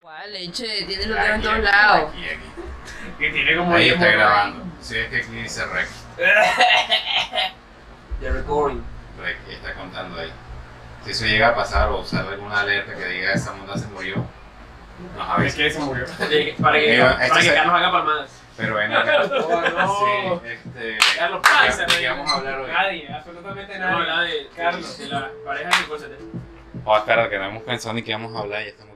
¿Cuál leche? Tiene los dedos en todos lados. eh. Aquí, aquí. Que tiene como Ahí 10 está botones. grabando. Sí, es que aquí dice rec. You're recording. Rec, y está contando ahí. Si eso llega a pasar o sale alguna alerta que diga esa monda se murió, nos Es avisa. que se murior Para que, para que, Ahí va, esto se- Carlos haga palmadas. Pero ven acá. Oh, Sí, este. Carlos, ya- Ah. palmas. ¿De qué vamos a hablar hoy? Nadie, absolutamente No, nadie. la de Carlos, de la pareja de Nicole Ceteris. Oh, espera, que no hemos pensado ni qué vamos a hablar y ya estamos